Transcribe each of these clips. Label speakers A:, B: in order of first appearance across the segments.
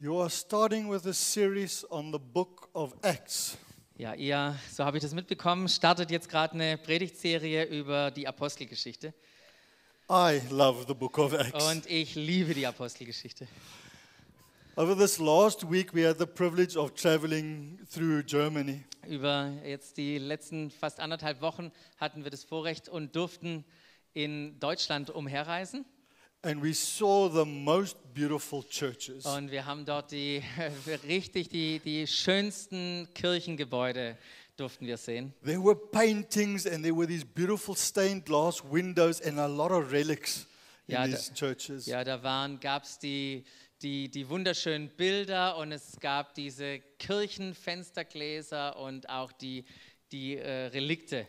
A: You are starting with a series on the book of Acts.
B: Ja, ihr, so habe ich das mitbekommen, startet jetzt gerade eine Predigtserie über die Apostelgeschichte.
A: I love the book of Acts.
B: Und ich liebe die Apostelgeschichte.
A: Over this last week, we had the privilege of traveling through Germany.
B: Über jetzt die letzten fast anderthalb Wochen hatten wir das Vorrecht und durften in Deutschland umherreisen.
A: And we saw the most beautiful churches.
B: Und wir haben dort die richtig die, die schönsten Kirchengebäude durften wir sehen.
A: There were paintings and there were these beautiful stained glass windows and a lot of relics in
B: Ja, da-
A: these churches.
B: Ja, da waren gab es die, die, die wunderschönen Bilder und es gab diese Kirchenfenstergläser und auch die, die äh, Relikte,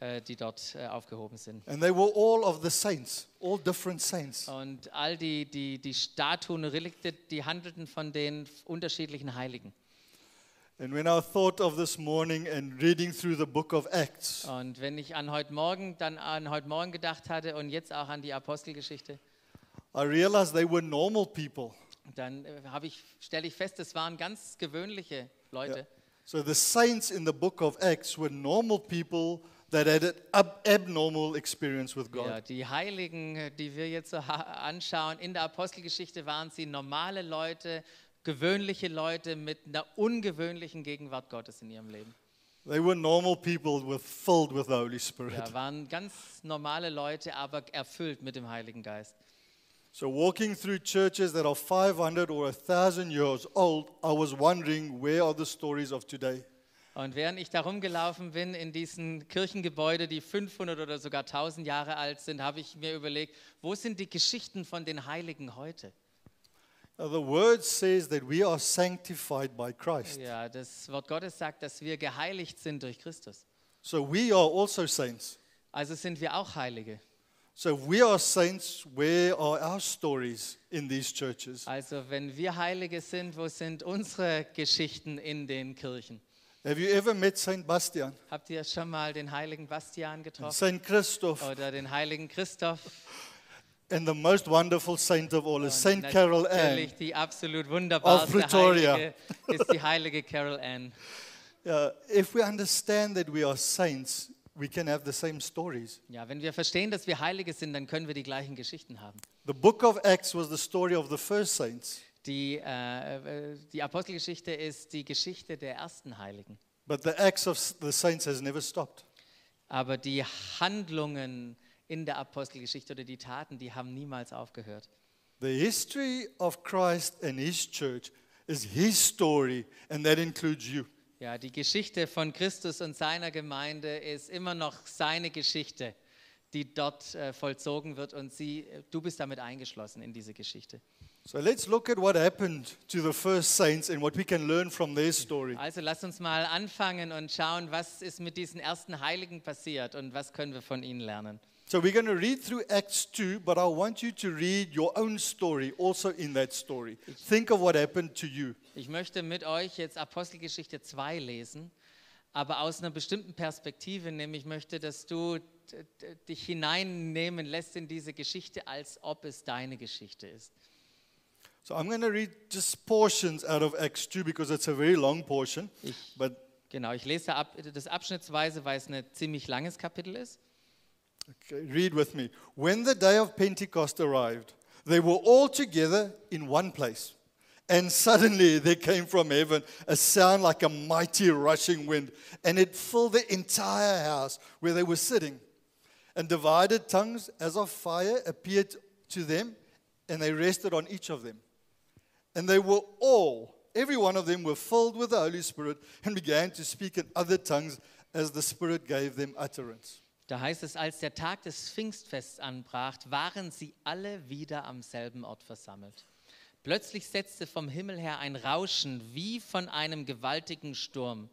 B: äh, die dort äh, aufgehoben sind.
A: And they were all of the saints, all different saints.
B: Und all die, die, die Statuen, Relikte, die handelten von den unterschiedlichen Heiligen.
A: And when I thought of this morning and reading through the book of Acts,
B: Und wenn ich an heute Morgen, dann an heute Morgen gedacht hatte und jetzt auch an die Apostelgeschichte,
A: I realized they were normal people.
B: dann äh, habe ich, stelle ich fest, es waren ganz gewöhnliche Leute.
A: So the saints in the book of Acts were normal people that had an ab- abnormal experience with
B: Ja.
A: God.
B: die Heiligen, äh, die wir jetzt so ha- anschauen, in der Apostelgeschichte waren sie normale Leute, gewöhnliche Leute mit einer ungewöhnlichen Gegenwart Gottes in ihrem Leben.
A: They were normal people with, filled with the Holy Spirit.
B: Ja, waren ganz normale Leute, aber erfüllt mit dem Heiligen Geist.
A: So walking through churches that are 500 or 1,000 years old, I was wondering where are the stories of today?
B: Und während ich da rumgelaufen bin in diesen Kirchengebäude, die 500 oder sogar 1000 Jahre alt sind, habe ich mir überlegt, wo sind die Geschichten von den Heiligen heute?
A: Now, the word says that we are sanctified by Christ.
B: Ja, das Wort Gottes sagt, dass wir geheiligt sind durch Christus.
A: So we are also saints.
B: Also sind wir auch Heilige.
A: So if we are saints, where are our stories in these churches?
B: Also wenn wir Heilige sind, wo sind unsere Geschichten in den Kirchen?
A: Have you ever met Saint Bastian,
B: Habt ihr schon mal den heiligen Bastian getroffen
A: Saint Christoph,
B: oder den heiligen Christoph?
A: and the most wonderful saint of all is Saint Carol Ann?
B: Natürlich die absolut wunderbarste
A: Pretoria.
B: Heilige ist die heilige Carol Ann.
A: Uh, if we understand that we are saints, we can have the same stories.
B: Ja, wenn wir verstehen, dass wir Heilige sind, dann können wir die gleichen Geschichten haben.
A: The book of Acts was the story of the first saints,
B: Die, äh, äh, die Apostelgeschichte ist die Geschichte der ersten Heiligen.
A: but the acts of s- the saints has never stopped.
B: Aber die Handlungen in der Apostelgeschichte oder die Taten, die haben niemals aufgehört.
A: The history of Christ and his church is his story, and that includes you.
B: Ja, die Geschichte von Christus und seiner Gemeinde ist immer noch seine Geschichte, die dort äh, vollzogen wird und sie, äh, du bist damit eingeschlossen in diese Geschichte.
A: So let's look at what happened to the first saints and what we can learn from their story.
B: Also lasst uns mal anfangen und schauen, was ist mit diesen ersten Heiligen passiert und was können wir von ihnen lernen.
A: So we're going to read through Acts 2, but I want you to read your own story also in that story. Think of what happened to you.
B: Ich möchte mit euch jetzt Apostelgeschichte 2 lesen, aber aus einer bestimmten Perspektive, nämlich möchte, dass du d- d- dich hineinnehmen lässt in diese Geschichte, als ob es deine Geschichte ist.
A: So I'm going to read just portions out of Acts 2 because it's a very long portion, but
B: Genau, ich lese ab, das abschnittsweise, weil es ein ziemlich langes Kapitel ist.
A: okay, read with me. When the day of Pentecost arrived, they were all together in one place. And suddenly there came from heaven a sound like a mighty rushing wind, and it filled the entire house where they were sitting. And divided tongues as of fire appeared to them, and they rested on each of them. And they were all, every one of them, were filled with the Holy Spirit and began to speak in other tongues as the Spirit gave them utterance.
B: Da heißt es, als der Tag des Pfingstfests anbrach, waren sie alle wieder am selben Ort versammelt. Plötzlich setzte vom Himmel her ein Rauschen wie von einem gewaltigen Sturm.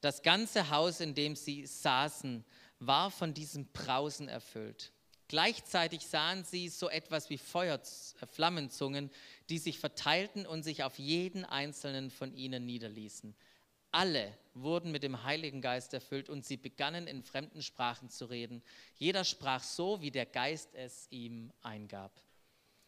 B: Das ganze Haus, in dem sie saßen, war von diesem Brausen erfüllt. Gleichzeitig sahen sie so etwas wie Feuer, äh, Flammenzungen, die sich verteilten und sich auf jeden einzelnen von ihnen niederließen. Alle wurden mit dem Heiligen Geist erfüllt und sie begannen in fremden Sprachen zu reden. Jeder sprach so, wie der Geist es ihm eingab.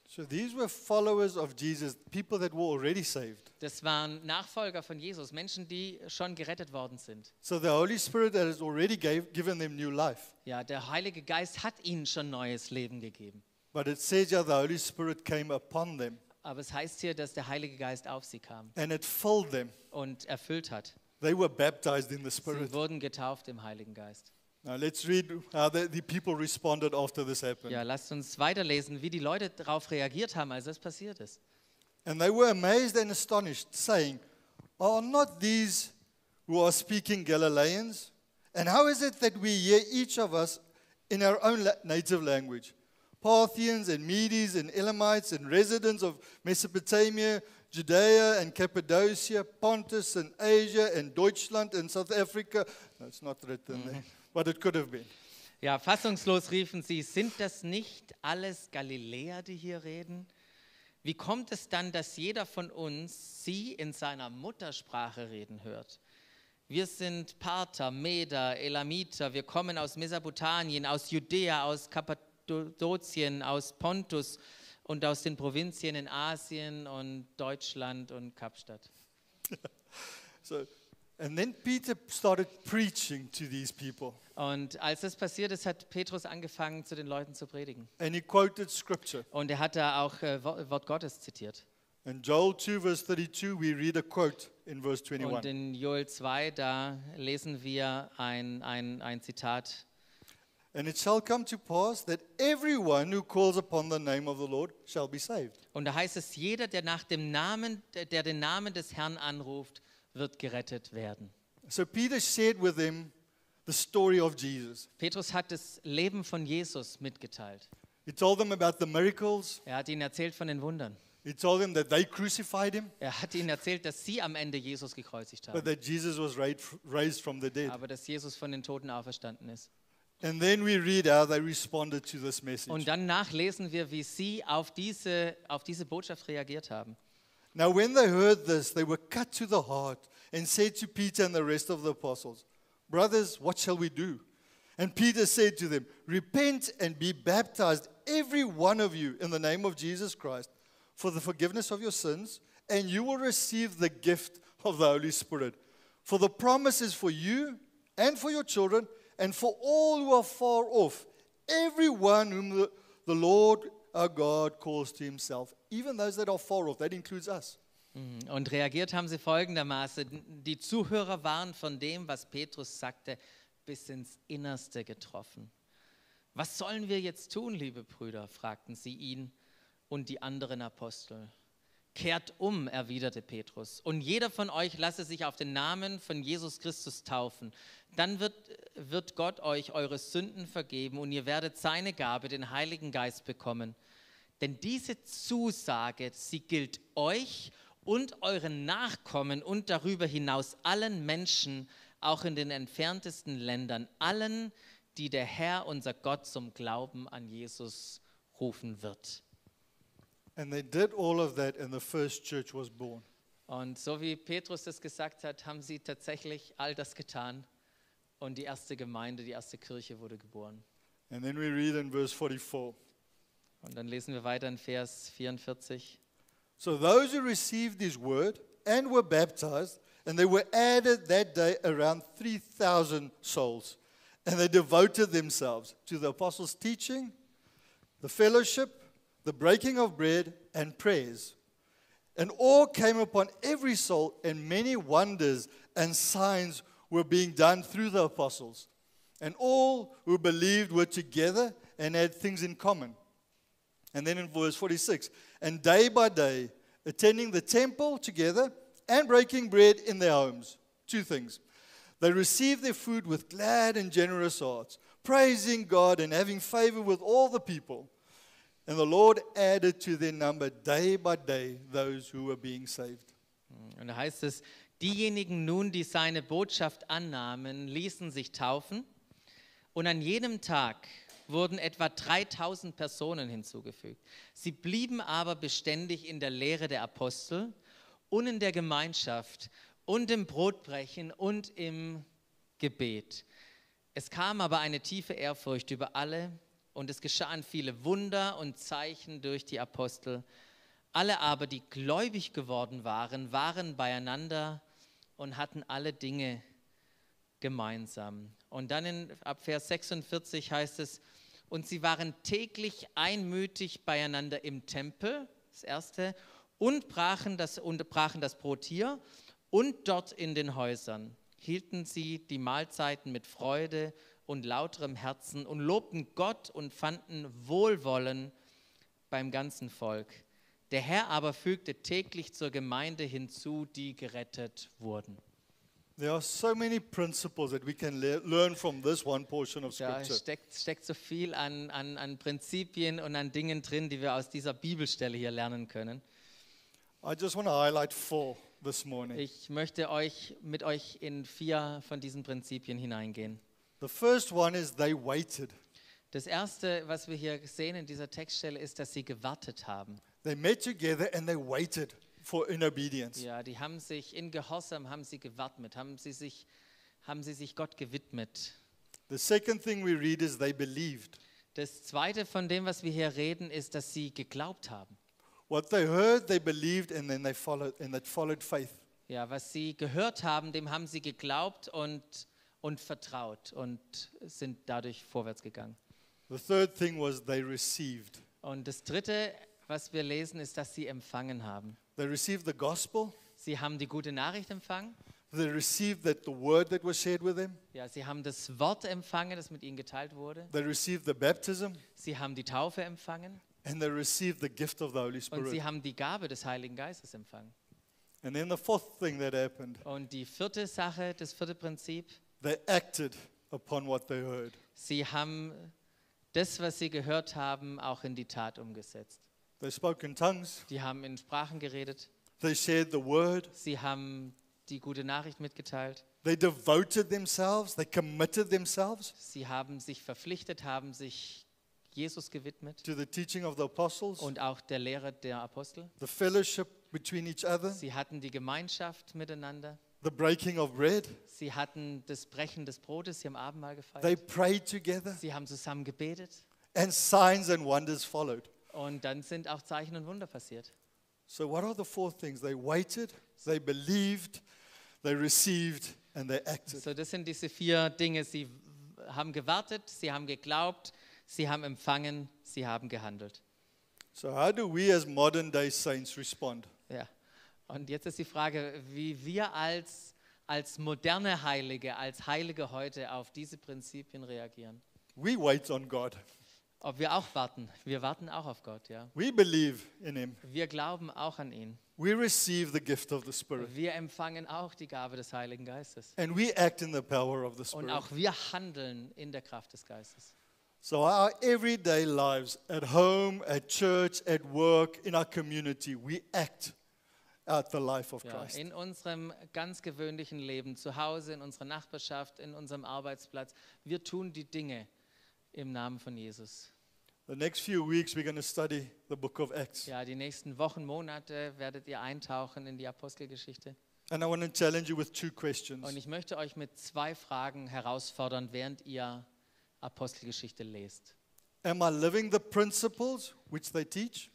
A: So these were followers of Jesus, people that were already saved.
B: Das waren Nachfolger von Jesus, Menschen, die schon gerettet worden sind.
A: So the Holy Spirit that has already gave, given them new life.
B: Ja, der Heilige Geist hat ihnen schon neues Leben gegeben.
A: But it says here the Holy Spirit came upon them
B: Aber es heißt hier, dass der Heilige Geist auf sie kam
A: and it filled them.
B: und erfüllt hat.
A: They were baptized in the
B: Sie
A: Spirit.
B: wurden getauft im Heiligen Geist.
A: Now let's read how the, the people responded after this happened.
B: Ja, lasst uns weiterlesen, wie die Leute darauf reagiert haben, als das passiert ist.
A: And they were amazed and astonished, saying, Are not these who are speaking Galileans? And how is it that we hear each of us in our own la- native language? Parthians and Medes and Elamites and residents of Mesopotamia, Judea and Cappadocia, Pontus and Asia and Deutschland and South Africa. No, it's not written there, but it could have been.
B: Ja, fassungslos riefen sie, sind das nicht alles Galiläer, die hier reden? Wie kommt es dann, dass jeder von uns sie in seiner Muttersprache reden hört? Wir sind Parther, Meder, Elamiter, wir kommen aus Mesopotamien, aus Judäa, aus Kappadokien, aus Pontus und aus den Provinzien in Asien und Deutschland und Kapstadt.
A: So, and then Peter started preaching to these people,
B: Und als das passiert ist, hat Petrus angefangen, zu den Leuten zu predigen.
A: and he quoted scripture.
B: Und er hat da auch äh, Wo- Wort Gottes zitiert.
A: In Joel 2, verse 32, we read a quote in verse
B: Und
A: 21.
B: in Joel 2, da lesen wir ein, ein, ein Zitat.
A: And it shall come to pass that everyone who calls upon the name of the Lord shall be saved.
B: Und da heißt es, jeder, der, nach dem Namen, der den Namen des Herrn anruft, wird gerettet werden.
A: So Peter shared with them the story of Jesus.
B: Petrus hat das Leben von Jesus mitgeteilt.
A: He told them about the miracles.
B: Er hat ihnen erzählt von den Wundern.
A: He told them that they crucified him,
B: Er hat ihnen erzählt, dass sie am Ende Jesus gekreuzigt
A: but
B: haben,
A: that Jesus was ra- raised from the dead.
B: aber dass Jesus von den Toten auferstanden ist.
A: And then we read how they responded to this
B: Und
A: message.
B: dann nachlesen wir, wie sie auf diese, auf diese Botschaft reagiert haben.
A: Now, when they heard this, they were cut to the heart and said to Peter and the rest of the apostles, Brothers, what shall we do? And Peter said to them, Repent and be baptized, every one of you, in the name of Jesus Christ, for the forgiveness of your sins, and you will receive the gift of the Holy Spirit. For the promise is for you and for your children and for all who are far off, everyone whom the, the Lord our God calls to himself, even those that are far off. That includes us.
B: Und reagiert haben sie folgendermaßen. Die Zuhörer waren von dem, was Petrus sagte, bis ins Innerste getroffen. Was sollen wir jetzt tun, liebe Brüder? fragten sie ihn und die anderen Apostel. Kehrt um, erwiderte Petrus, und jeder von euch lasse sich auf den Namen von Jesus Christus taufen. Dann wird, wird Gott euch eure Sünden vergeben und ihr werdet seine Gabe, den Heiligen Geist, bekommen. Denn diese Zusage, sie gilt euch und euren Nachkommen und darüber hinaus allen Menschen, auch in den entferntesten Ländern, allen, die der Herr, unser Gott, zum Glauben an Jesus rufen wird.
A: And they did all of that, and the first church was born.
B: Und so wie Petrus das gesagt hat, haben sie tatsächlich all das getan. Und die erste Gemeinde, die erste Kirche wurde geboren.
A: And then we read in verse 44
B: Und dann lesen wir weiter in Vers 44.
A: So those who received his word and were baptized, and they were added that day around 3,000 souls. And they devoted themselves to the apostles' teaching, the fellowship, the breaking of bread, and prayers. And awe came upon every soul, and many wonders and signs were being done through the apostles. And all who believed were together and had things in common. And then in verse 46, and day by day, attending the temple together and breaking bread in their homes. Two things. They received their food with glad and generous hearts, praising God and having favor with all the people. And the Lord added to their number day by day those who were being saved.
B: Und da heißt es, diejenigen nun, die seine Botschaft annahmen, ließen sich taufen. Und an jenem Tag wurden etwa 3000 Personen hinzugefügt. Sie blieben aber beständig in der Lehre der Apostel und in der Gemeinschaft und im Brotbrechen und im Gebet. Es kam aber eine tiefe Ehrfurcht über alle, und es geschahen viele Wunder und Zeichen durch die Apostel. Alle aber, die gläubig geworden waren, waren beieinander und hatten alle Dinge gemeinsam. Und dann in, ab Vers 46 heißt es, und sie waren täglich einmütig beieinander im Tempel, das erste, und brachen das, und brachen das Brot hier und dort in den Häusern. Hielten sie die Mahlzeiten mit Freude und lauterem Herzen und lobten Gott und fanden Wohlwollen beim ganzen Volk. Der Herr aber fügte täglich zur Gemeinde hinzu, die gerettet wurden.
A: There are so many principles that we can le- learn from this one portion of
B: Da
A: Scripture.
B: steckt, steckt so viel an, an, an Prinzipien und an Dingen drin, die wir aus dieser Bibelstelle hier lernen können.
A: I just want to highlight four this morning.
B: Ich möchte euch mit euch in vier von diesen Prinzipien hineingehen.
A: The first one is they waited.
B: Das erste, was wir hier sehen in dieser Textstelle, ist, dass sie gewartet haben.
A: They met together and they waited for in obedience.
B: Ja, die haben sich in Gehorsam haben sie gewartet, haben sie sich, haben sie sich Gott gewidmet.
A: The second thing we read is they believed.
B: Das zweite von dem, was wir hier reden, ist, dass sie geglaubt haben.
A: What they heard, they believed, and then they followed, and that followed faith.
B: Ja, was sie gehört haben, dem haben sie geglaubt und, und vertraut und sind dadurch vorwärts gegangen.
A: The third thing was they received.
B: Und das dritte, was wir lesen, ist, dass sie empfangen haben.
A: They received the gospel.
B: Sie haben die gute Nachricht empfangen.
A: They received that the word that was shared with them.
B: Ja, sie haben das Wort empfangen, das mit ihnen geteilt wurde.
A: They received the baptism,
B: Sie haben die Taufe empfangen
A: and they received the gift of the Holy
B: und
A: Spirit.
B: sie haben die Gabe des Heiligen Geistes empfangen.
A: And then the fourth thing that happened,
B: Und die vierte Sache, das vierte Prinzip,
A: they acted upon what they heard.
B: sie haben das, was sie gehört haben, auch in die Tat umgesetzt.
A: They spoke in tongues.
B: Die haben in Sprachen geredet,
A: They shared the word.
B: sie haben die gute Nachricht mitgeteilt,
A: They devoted themselves. They committed themselves
B: sie haben sich verpflichtet, haben sich Jesus gewidmet
A: to the teaching of the apostles,
B: und auch der Lehre der Apostel.
A: the fellowship between each other,
B: Sie hatten die Gemeinschaft miteinander,
A: the breaking of bread.
B: sie hatten das Brechen des Brotes, sie haben Abendmahl
A: They
B: gefeiert,
A: prayed together,
B: sie haben zusammen gebetet
A: and signs and wonders followed.
B: und dann sind auch Zeichen und Wunder passiert.
A: So, what are the four things? They waited, they believed, they received, and they acted.
B: So, das sind diese vier Dinge. Sie haben gewartet, sie haben geglaubt, sie haben empfangen, sie haben gehandelt.
A: So, how do we as modern day saints respond?
B: Ja. Und jetzt ist die Frage, wie wir als, als moderne Heilige, als Heilige heute auf diese Prinzipien reagieren.
A: We wait on God,
B: Ob wir auch warten. Wir warten auch auf Gott, ja.
A: we believe in Him,
B: Wir glauben auch an ihn.
A: we receive the gift of the Spirit,
B: Wir empfangen auch die Gabe des Heiligen Geistes.
A: and we act in the power of the
B: Und
A: Spirit.
B: auch wir handeln in der Kraft des Geistes.
A: So, our everyday lives at home, at church, at work, in our community, we act out the life of
B: Ja,
A: Christ.
B: in unserem ganz gewöhnlichen Leben, zu Hause, in unserer Nachbarschaft, in unserem Arbeitsplatz. Wir tun die Dinge im Namen von Jesus.
A: The next few weeks, we're going to study the book of Acts.
B: Ja, die nächsten Wochen, Monate werdet ihr eintauchen in die Apostelgeschichte.
A: And I want to challenge you with two
B: Und
A: questions.
B: ich möchte euch mit zwei Fragen herausfordern, während ihr Apostelgeschichte lest.
A: Am I living the principles which they teach?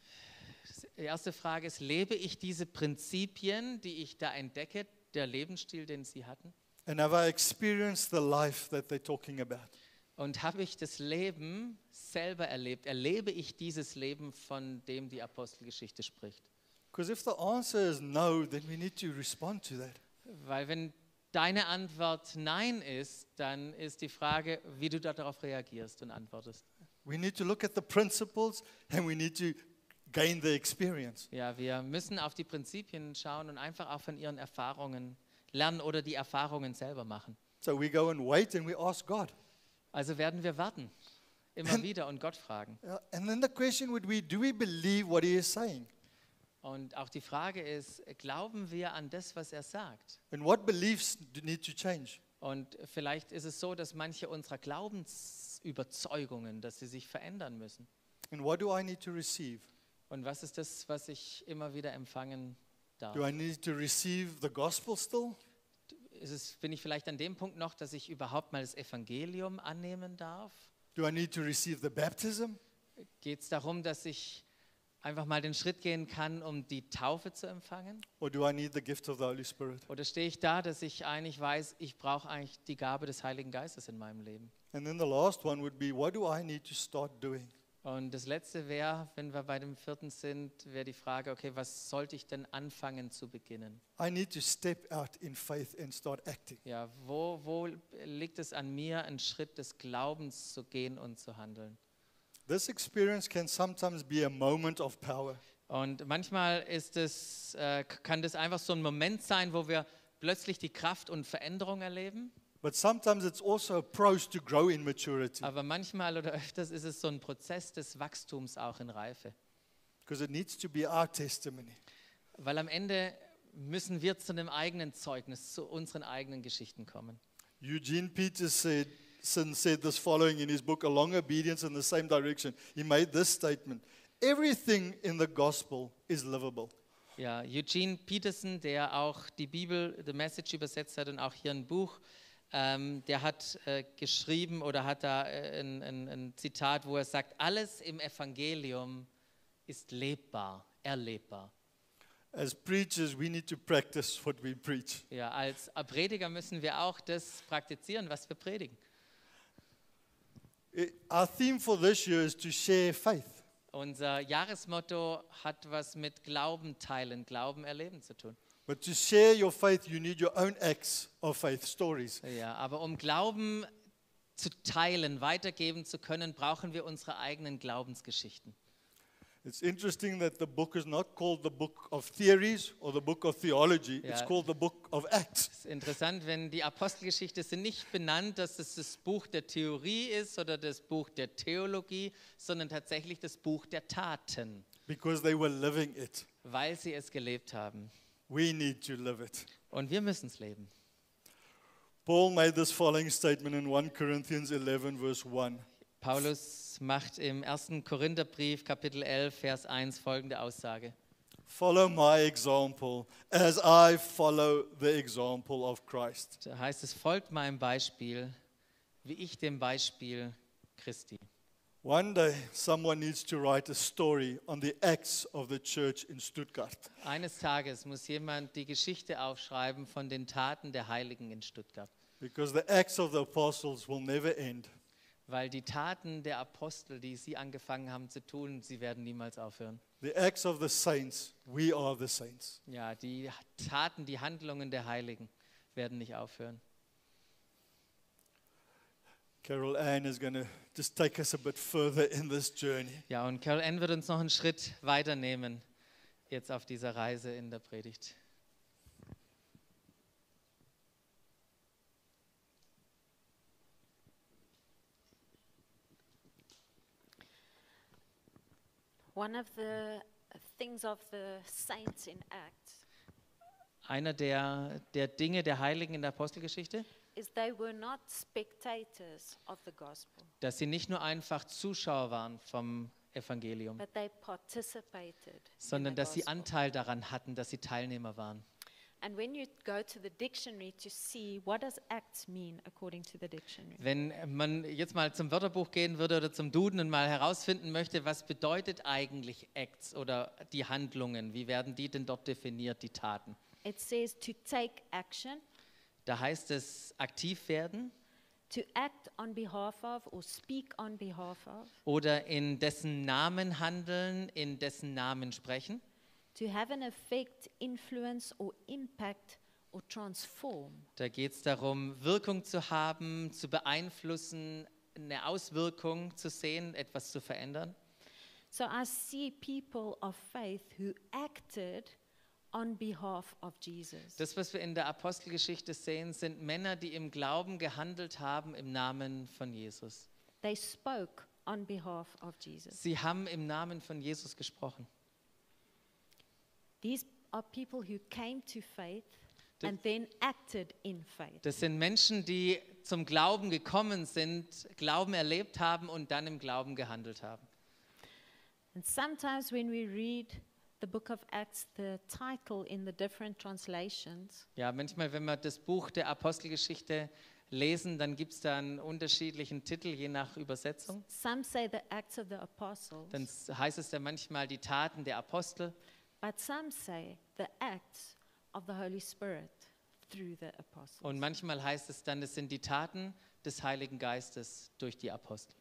B: Die erste Frage ist, lebe ich diese Prinzipien, die ich da entdecke, der Lebensstil, den sie hatten?
A: And have I experienced the life that they're talking about?
B: Und habe ich das Leben selber erlebt? Erlebe ich dieses Leben, von dem die Apostelgeschichte spricht?
A: Because if the answer is no, then we need to respond to that.
B: Weil wenn deine Antwort Nein ist, dann ist die Frage, wie du darauf reagierst und antwortest.
A: We need to look at the principles and we need to gain the experience.
B: Ja, wir müssen auf die Prinzipien schauen und einfach auch von ihren Erfahrungen lernen oder die Erfahrungen selber machen.
A: So we go and wait and we ask God.
B: Also werden wir warten, immer wieder und Gott fragen.
A: Yeah, Uh, And then the question would be do we believe what He is saying?
B: Und auch die Frage ist, glauben wir an das, was er sagt?
A: And what beliefs do need to change?
B: Und vielleicht ist es so, dass manche unserer Glaubensüberzeugungen, dass sie sich verändern müssen.
A: And what do I need to receive?
B: Und was ist das, was ich immer wieder empfangen darf?
A: Do I need to receive the gospel still?
B: Ist es, bin ich vielleicht an dem Punkt noch, dass ich überhaupt mal das Evangelium annehmen darf?
A: Do I need to receive the baptism?
B: Geht es darum, dass ich einfach mal den Schritt gehen kann, um die Taufe zu empfangen?
A: Or do I need the gift of the Holy Spirit?
B: Oder stehe ich da, dass ich eigentlich weiß, ich brauche eigentlich die Gabe des Heiligen Geistes in meinem Leben?
A: And then the last one would be what do I need to start doing?
B: Und das Letzte wäre, wenn wir bei dem vierten sind, wäre die Frage, okay, was sollte ich denn anfangen zu beginnen?
A: I need to step out in faith and start acting.
B: Ja, wo, wo liegt es an mir, einen Schritt des Glaubens zu gehen und zu handeln?
A: This experience can sometimes be a moment of power.
B: Und manchmal ist es, äh, kann das einfach so ein Moment sein, wo wir plötzlich die Kraft und Veränderung erleben.
A: But sometimes it's also a process to grow in maturity
B: Aber manchmal oder öfters ist es so ein Prozess des Wachstums auch in Reife.
A: because it needs to be our testimony.
B: Weil am Ende müssen wir zu einem eigenen Zeugnis, zu unseren eigenen Geschichten kommen.
A: Eugene Peters said, Sin said this following in his book, A Long Obedience in the Same Direction. He made this statement Everything in the gospel is livable.
B: Ja, Eugene Peterson, der auch die Bibel, The Message übersetzt hat und auch hier ein Buch, ähm, der hat äh, geschrieben oder hat da äh, ein, ein, ein Zitat, wo er sagt, alles im Evangelium ist lebbar, erlebbar.
A: As preachers, we need to practice what we preach.
B: Ja, als Prediger müssen wir auch das praktizieren, was wir predigen.
A: I- Our theme for this year is to share faith.
B: Unser Jahresmotto hat was mit Glauben teilen, Glauben erleben zu tun.
A: But to share your faith, you need your own acts of faith stories.
B: Ja, aber um Glauben zu teilen, weitergeben zu können, brauchen wir unsere eigenen Glaubensgeschichten.
A: It's interesting that the book is not called the book of theories or the book of theology, it's
B: Yeah.
A: called the book of acts.
B: Es ist interessant, wenn die Apostelgeschichte sind nicht benannt, dass es das Buch der Theorie ist oder das Buch der Theologie, sondern tatsächlich das Buch der Taten,
A: Because they were living it.
B: weil sie es gelebt haben.
A: We need to live it.
B: Und wir müssen es leben.
A: Paul made this following statement in 1 Corinthians 11, verse 1.
B: Paulus macht im 1. Korintherbrief, Kapitel 11, Vers 1 folgende Aussage.
A: Follow my example as I follow the example of Christ.
B: Da heißt es, folgt meinem Beispiel, wie ich dem Beispiel Christi.
A: One day, someone needs to write a story on the acts of the church in Stuttgart.
B: Eines Tages muss jemand die Geschichte aufschreiben von den Taten der Heiligen in Stuttgart,
A: Because the acts of the apostles will never end.
B: weil die Taten der Apostel, die sie angefangen haben zu tun, sie werden niemals aufhören.
A: The acts of the saints, we are the saints.
B: Ja, die Taten, die Handlungen der Heiligen werden nicht aufhören.
A: Carol Ann is going to just take us a bit further in this journey.
B: Ja, und Carol Ann wird uns noch einen Schritt weiternehmen jetzt auf dieser Reise in der Predigt.
C: One of the things of the saints in Acts
B: Einer der, der Dinge der Heiligen in der Apostelgeschichte,
C: is they were not spectators of the gospel,
B: dass sie nicht nur einfach Zuschauer waren vom Evangelium,
C: but they participated. in
B: sondern
C: the
B: dass sie
C: gospel.
B: Anteil daran hatten, dass sie Teilnehmer waren.
C: And when you go to the dictionary to see what does Acts mean according to the dictionary,
B: Wenn man jetzt mal zum Wörterbuch gehen würde oder zum Duden und mal herausfinden möchte, was bedeutet eigentlich Acts oder die Handlungen, wie werden die denn dort definiert, die Taten?
C: it says to take action,
B: Da heißt es aktiv werden
C: to act on behalf of or speak on behalf of,
B: oder in dessen Namen handeln, in dessen Namen sprechen.
C: to have an effect, influence or impact or transform.
B: Da geht es darum, Wirkung zu haben, zu beeinflussen, eine Auswirkung zu sehen, etwas zu verändern.
C: So I see people of faith who acted on behalf of Jesus.
B: Das, was wir in der Apostelgeschichte sehen, sind Männer, die im Glauben gehandelt haben im Namen von Jesus.
C: They spoke on behalf of Jesus.
B: Sie haben im Namen von Jesus gesprochen.
C: These are people who came to faith
B: The-
C: and then acted in faith.
B: Das sind Menschen, die zum Glauben gekommen sind, Glauben erlebt haben und dann im Glauben gehandelt haben.
C: And sometimes when we read the book of Acts, the title in the different translations,
B: Ja, manchmal, wenn man das Buch der Apostelgeschichte lesen, dann gibt es da einen unterschiedlichen Titel je nach Übersetzung.
C: Some say the Acts of the Apostles,
B: Dann s- heißt es dann manchmal die Taten der Apostel,
C: but some say the Acts of the Holy Spirit through the Apostles.
B: Und manchmal heißt es dann, es sind die Taten des Heiligen Geistes durch die Apostel.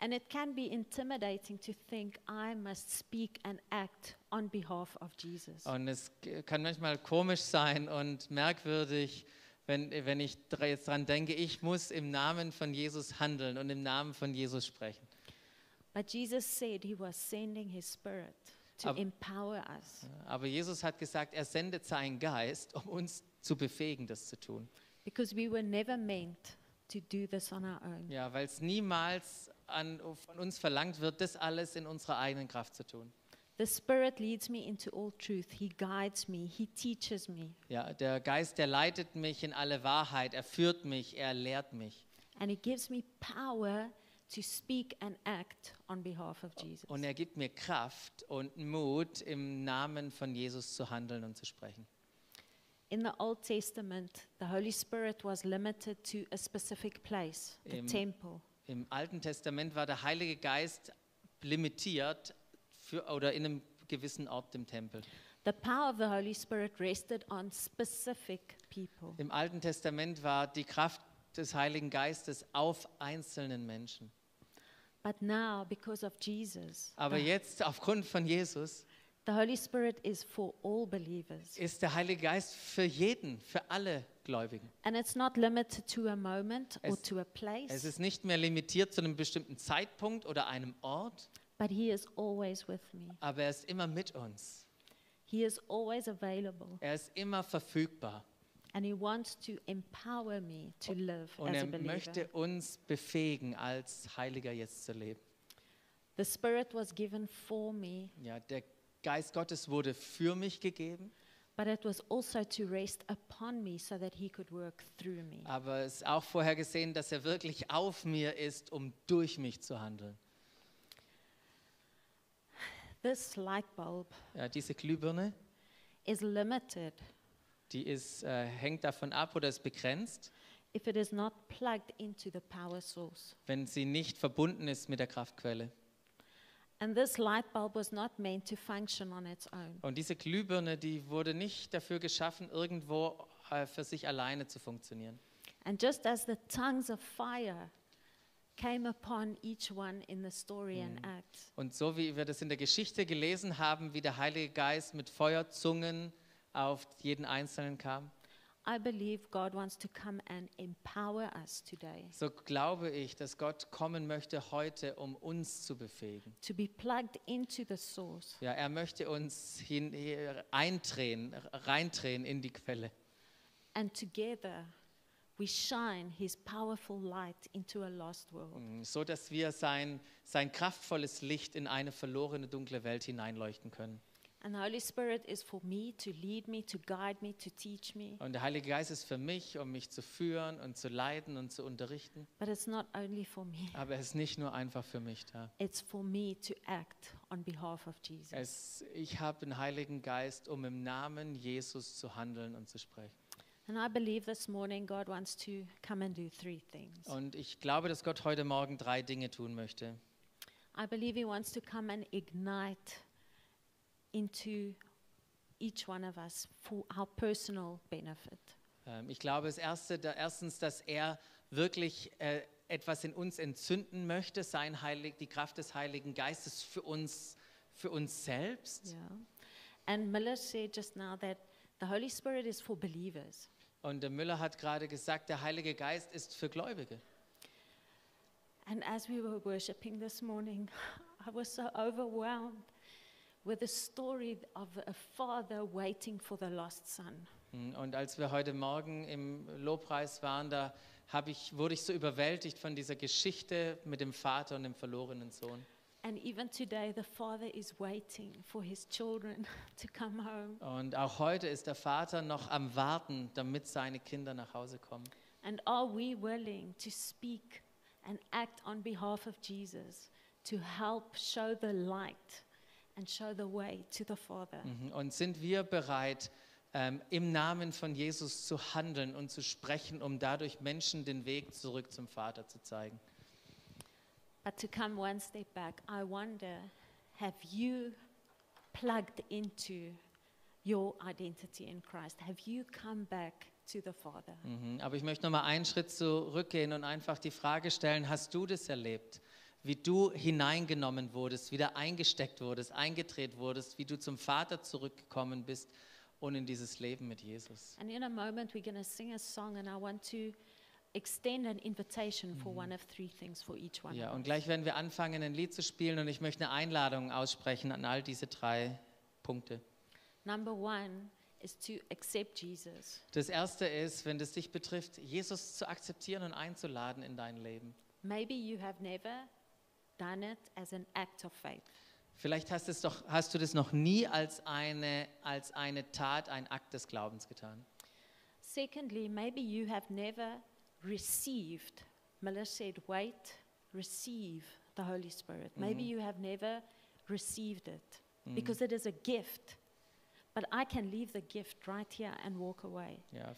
C: And it can be intimidating to think I must speak and act on behalf of Jesus.
B: Und es g- kann manchmal komisch sein und merkwürdig, wenn, wenn ich dr- jetzt dran denke, ich muss im Namen von Jesus handeln und im Namen von Jesus sprechen.
C: But Jesus said he was sending his spirit to
B: Ab-
C: empower us
B: Aber Jesus hat gesagt, er sendet seinen Geist, um uns zu befähigen, das zu tun.
C: because we were never meant to do this on our own.
B: Ja, weil es niemals an, von uns verlangt wird, das alles in unserer eigenen Kraft zu tun.
C: The spirit leads me into all truth. He guides me, he teaches me,
B: Ja, der Geist, der leitet mich in alle Wahrheit, er führt mich, er lehrt mich.
C: and he gives me power to speak and act on behalf of Jesus.
B: Und er gibt mir Kraft und Mut, im Namen von Jesus zu handeln und zu sprechen.
C: In the Old Testament, the Holy Spirit was limited to a specific place, the
B: Im-
C: temple.
B: Im Alten Testament war der Heilige Geist limitiert für, oder in einem gewissen Ort im Tempel.
C: The power of the Holy Spirit rested on specific people.
B: Im Alten Testament war die Kraft des Heiligen Geistes auf einzelnen Menschen.
C: But now, because of Jesus,
B: Aber
C: the,
B: jetzt, aufgrund von Jesus,
C: the Holy Spirit is for all believers.
B: ist der Heilige Geist für jeden, für alle Gläubigen.
C: And it's not limited to a moment or
B: Es-
C: to a
B: Es
C: place,
B: ist nicht mehr limitiert zu einem bestimmten Zeitpunkt oder einem Ort,
C: but He is always with me.
B: aber er ist immer mit uns.
C: He is always available,
B: Er ist immer verfügbar.
C: and He wants to empower me to live
B: Und
C: as
B: er
C: a believer.
B: möchte uns befähigen, als Heiliger jetzt zu leben.
C: The Spirit was given for me,
B: Ja, der Geist Gottes wurde für mich gegeben,
C: but it was also to rest upon me so that He could work through me.
B: aber es ist auch vorher gesehen, dass er wirklich auf mir ist, um durch mich zu handeln.
C: This light bulb
B: Ja, diese Glühbirne,
C: is limited
B: die ist, äh, hängt davon ab oder ist begrenzt,
C: if it is not plugged into the power source.
B: wenn sie nicht verbunden ist mit der Kraftquelle.
C: And this light bulb was not meant to function on its own.
B: Und diese Glühbirne, die wurde nicht dafür geschaffen, irgendwo äh, für sich alleine zu funktionieren.
C: And just as the tongues of fire came upon each one in the story and Acts,
B: Und so wie wir das in der Geschichte gelesen haben, wie der Heilige Geist mit Feuerzungen auf jeden Einzelnen kam,
C: I believe God wants to come and empower us today
B: so glaube ich, dass Gott kommen möchte heute, um uns zu befähigen.
C: to be plugged into the source
B: Ja, er möchte uns hin, hier eindrehen, reindrehen in die Quelle.
C: and together we shine his powerful light into a lost world.
B: Mm, So dass wir sein, sein kraftvolles Licht in eine verlorene dunkle Welt hineinleuchten können.
C: And the Holy Spirit is for me to lead me, to guide me, to teach me.
B: Und der Heilige Geist ist für mich, um mich zu führen und zu leiten und zu unterrichten.
C: But it's not only for me.
B: Aber er ist nicht nur einfach für mich da.
C: It's for me to act on behalf of Jesus.
B: Es, ich habe den Heiligen Geist, um im Namen Jesus zu handeln und zu sprechen.
C: And I believe this morning God wants to come and do three things.
B: Und ich glaube, dass Gott heute Morgen drei Dinge tun möchte.
C: I believe He wants to come and ignite into each one of us for our personal benefit.
B: Ähm, ich glaube, das erste, da, erstens, dass er wirklich äh, etwas in uns entzünden möchte, sein Heilig, die Kraft des Heiligen Geistes für uns, für uns selbst.
C: Yeah. And Miller said just now that the Holy Spirit is for believers.
B: Und der Müller hat gerade gesagt, der Heilige Geist ist für Gläubige.
C: And as we were worshiping this morning, I was so overwhelmed with the story of a father waiting for the lost son.
B: Mm, Und als wir heute Morgen im Lobpreis waren, da hab ich, wurde ich so überwältigt von dieser Geschichte mit dem Vater und dem verlorenen Sohn.
C: And even today, the father is waiting for his children to come home.
B: Und auch heute ist der Vater noch am Warten, damit seine Kinder nach Hause kommen.
C: And are we willing to speak and act on behalf of Jesus to help show
B: Mm.
C: the light and show the way to the father?
B: Mhm. Und sind wir bereit, ähm, im Namen von Jesus zu handeln und zu sprechen, um dadurch Menschen den Weg zurück zum Vater zu zeigen.
C: But to come one step back, I wonder have you plugged into your identity in Christ? Have you come back to the Father?
B: Mhm. Aber ich möchte noch mal einen Schritt zurückgehen und einfach die Frage stellen: Hast du das erlebt? Wie du hineingenommen wurdest, wieder eingesteckt wurdest, eingedreht wurdest, wie du zum Vater zurückgekommen bist und in dieses Leben mit Jesus.
C: And in a moment, we're going to sing a song, and I want to extend an invitation for one of three things for each one.
B: Ja, und gleich werden wir anfangen, ein Lied zu spielen und ich möchte eine Einladung aussprechen an all diese drei Punkte.
C: Number one is to accept Jesus.
B: Das erste ist, wenn das dich betrifft, Jesus zu akzeptieren und einzuladen in dein Leben.
C: Maybe you have never done it as an act of faith.
B: Vielleicht hast, es doch, hast du das noch nie als eine, als eine Tat, ein Akt des Glaubens getan.
C: Secondly, maybe you have never received, Miller said, wait, receive the Holy Spirit. Maybe you have never received it because it is a gift. But I can leave the gift right here and walk away.
B: Ja.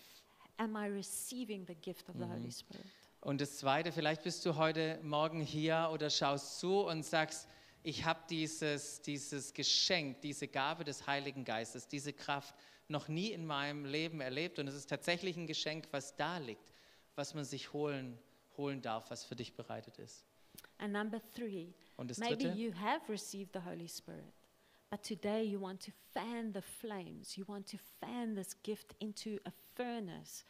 C: Am I receiving the gift of the
B: Mm-hmm.
C: Holy Spirit?
B: Und das Zweite, vielleicht bist du heute Morgen hier oder schaust zu und sagst, ich habe dieses, dieses Geschenk, diese Gabe des Heiligen Geistes, diese Kraft noch nie in meinem Leben erlebt. Und es ist tatsächlich ein Geschenk, was da liegt, was man sich holen, holen darf, was für dich bereitet ist.
C: And number three,
B: Und das
C: maybe
B: Dritte?
C: you have received the Holy Spirit, but today you want to fan the flames. You want to fan this gift into a furnace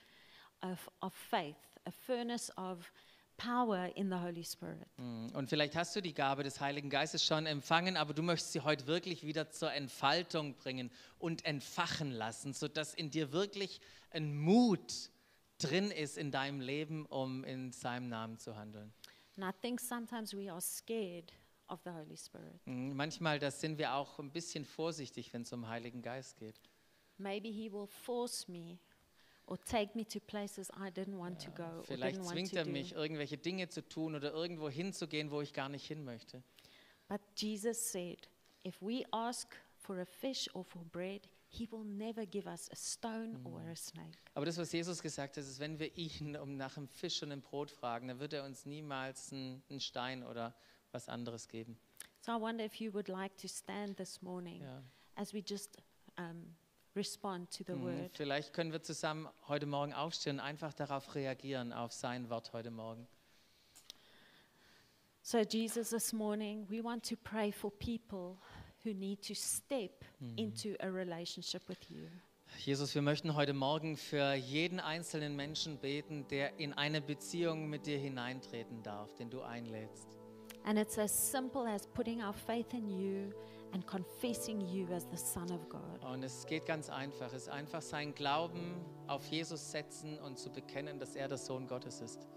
C: of, of faith, a furnace of power in the Holy Spirit.
B: Mm, Und vielleicht hast du die Gabe des Heiligen Geistes schon empfangen, aber du möchtest sie heute wirklich wieder zur Entfaltung bringen und entfachen lassen, sodass in dir wirklich ein Mut drin ist in deinem Leben, um in seinem Namen zu handeln.
C: And I think sometimes we are scared of the Holy Spirit.
B: Mhm. Manchmal, das sind wir auch ein bisschen vorsichtig, wenn es um den Heiligen Geist geht.
C: Maybe He will force me or take me to places I didn't want to go or
B: Vielleicht
C: didn't want
B: zwingt
C: oh, to
B: er
C: do.
B: mich, irgendwelche Dinge zu tun oder irgendwo hinzugehen, wo ich gar nicht hin möchte.
C: But Jesus said, if we ask for a fish or for bread, he will never give us a stone or a snake.
B: Aber das, was Jesus gesagt hat, ist, wenn wir ihn um nach einem Fisch und einem Brot fragen, dann wird er uns niemals einen einen Stein oder was anderes geben.
C: So I wonder if you would like to stand this morning
B: Ja.
C: as we just um, respond to the
B: Mhm.
C: word.
B: Vielleicht können wir zusammen heute Morgen aufstehen und einfach darauf reagieren, auf sein Wort heute Morgen.
C: So, Jesus, this morning we want to pray for people who need to step into a relationship with you.
B: Jesus, wir möchten heute Morgen für jeden einzelnen Menschen beten, der in eine Beziehung mit dir hineintreten darf, den du einlädst.
C: And it's as simple as putting our faith in you and confessing you as the Son of God.
B: Und es geht ganz einfach. Es ist einfach seinen Glauben auf Jesus setzen und zu bekennen, dass er der Sohn Gottes ist.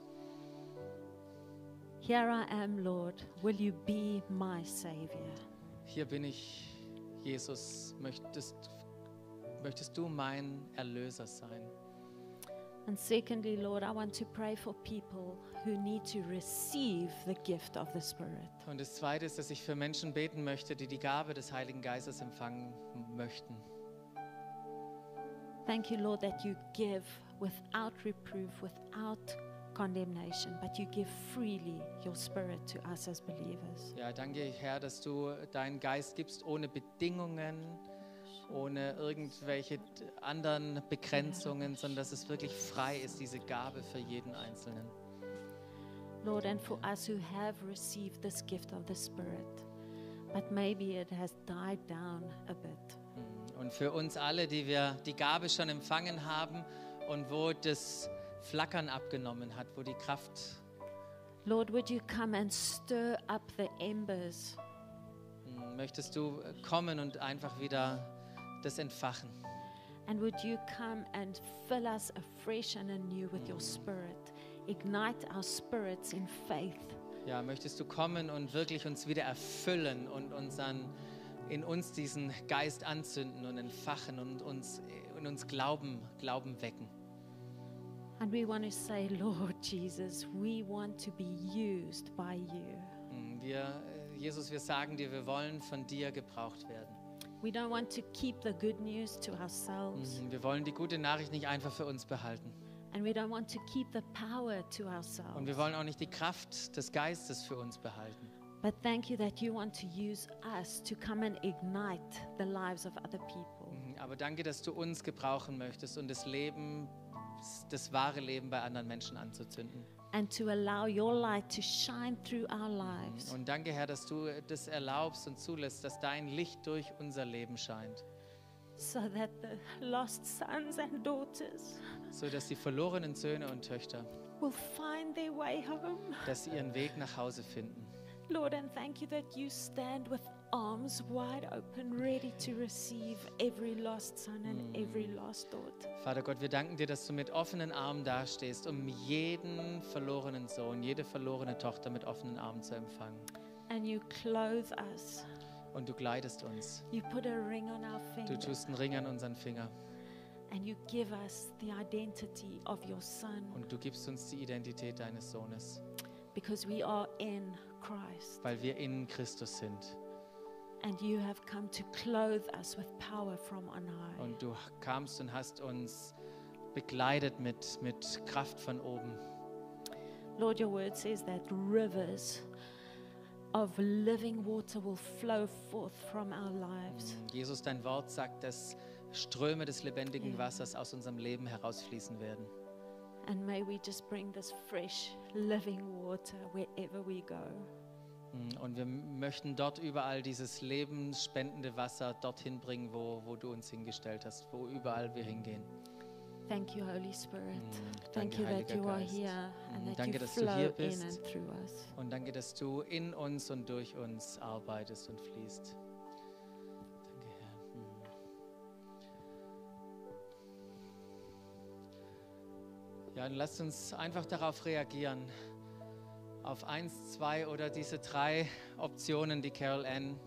C: Here I am, Lord. Will you be my Savior?
B: Hier bin ich, Jesus. Möchtest, möchtest du mein Erlöser sein?
C: And secondly, Lord, I want to pray for people who need to receive the gift of the Spirit.
B: Und das Zweite ist, dass ich für Menschen beten möchte, die die Gabe des Heiligen Geistes empfangen möchten.
C: Thank you, Lord, that you give without reproof, without condemnation, but you give freely your Spirit to us as believers.
B: Ja, danke, Herr, dass du deinen Geist gibst ohne Bedingungen, ohne irgendwelche anderen Begrenzungen, sondern dass es wirklich frei ist, diese Gabe für jeden Einzelnen.
C: Lord, and for us who have received this gift of the Spirit, but maybe it has died down a bit.
B: Und für uns alle, die wir die Gabe schon empfangen haben und wo das Flackern abgenommen hat, wo die Kraft
C: Lord, would you come and stir up the embers
B: mh, möchtest du kommen und einfach wieder das entfachen.
C: And would you come and fill us afresh and anew with your spirit? Ignite our spirits in faith.
B: Ja, möchtest du kommen und wirklich uns wieder erfüllen und unseren, in uns diesen Geist anzünden und entfachen und uns, und uns Glauben, Glauben wecken.
C: And we want to say, Lord Jesus, we want to be used by you.
B: Hm, Mh, Wir, äh, Jesus, wir sagen dir, wir wollen von dir gebraucht werden.
C: We don't want to keep the good news to ourselves,
B: Mhm. Wir wollen die gute Nachricht nicht einfach für uns behalten.
C: and we don't want to keep the power to
B: Und
C: ourselves.
B: wir wollen auch nicht die Kraft des Geistes für uns behalten.
C: But thank you that you want to use us to come and ignite the lives of other people.
B: Mhm. Aber danke, dass du uns gebrauchen möchtest und das Leben, das wahre Leben bei anderen Menschen anzuzünden.
C: and to allow your light to shine through our lives.
B: Und danke, Herr, dass du äh, das erlaubst und zulässt, dass dein Licht durch unser Leben scheint,
C: so that the lost sons and daughters
B: so dass die verlorenen Söhne und Töchter,
C: will find their way home.
B: dass sie ihren Weg nach Hause finden.
C: Lord, and thank you that you stand with arms wide open, ready to receive every lost son and every lost daughter.
B: Vater Gott, wir danken dir, dass du mit offenen Armen dastehst, um jeden verlorenen Sohn, jede verlorene Tochter mit offenen Armen zu empfangen.
C: And you clothe us,
B: Und du kleidest uns.
C: you put a ring on our
B: Du
C: finger,
B: tust einen Ring an unseren Finger
C: and you give us the identity of your son
B: und du gibst uns die Identität deines Sohnes,
C: because we are in Christ.
B: weil wir in Christus sind.
C: And you have come to clothe us with power from on high.
B: Und du kamst und hast uns begleitet mit, mit Kraft von oben.
C: Lord, your word says that rivers of living water will flow forth from our lives.
B: Jesus, dein Wort sagt, dass Ströme des lebendigen Wassers aus unserem Leben herausfließen werden.
C: And may we just bring this fresh, living water wherever we go.
B: Mm, Und wir möchten dort überall dieses lebensspendende Wasser dorthin bringen, wo, wo du uns hingestellt hast, wo überall wir hingehen. Mm,
C: Thank you, Holy Spirit. Thank
B: danke,
C: you that
B: Heiliger
C: you are
B: Geist.
C: here and
B: Mm,
C: that
B: danke,
C: you
B: dass du hier
C: flow
B: bist.
C: in and through us.
B: Und danke, dass du in uns und durch uns arbeitest und fließt. Danke, Herr. Mhm. Ja, und lasst uns einfach darauf reagieren. Auf eins, zwei oder diese drei Optionen, die Carol Ann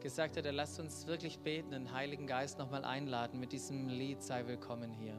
B: gesagt hat. Lasst uns wirklich beten, den Heiligen Geist nochmal einladen mit diesem Lied, sei willkommen hier.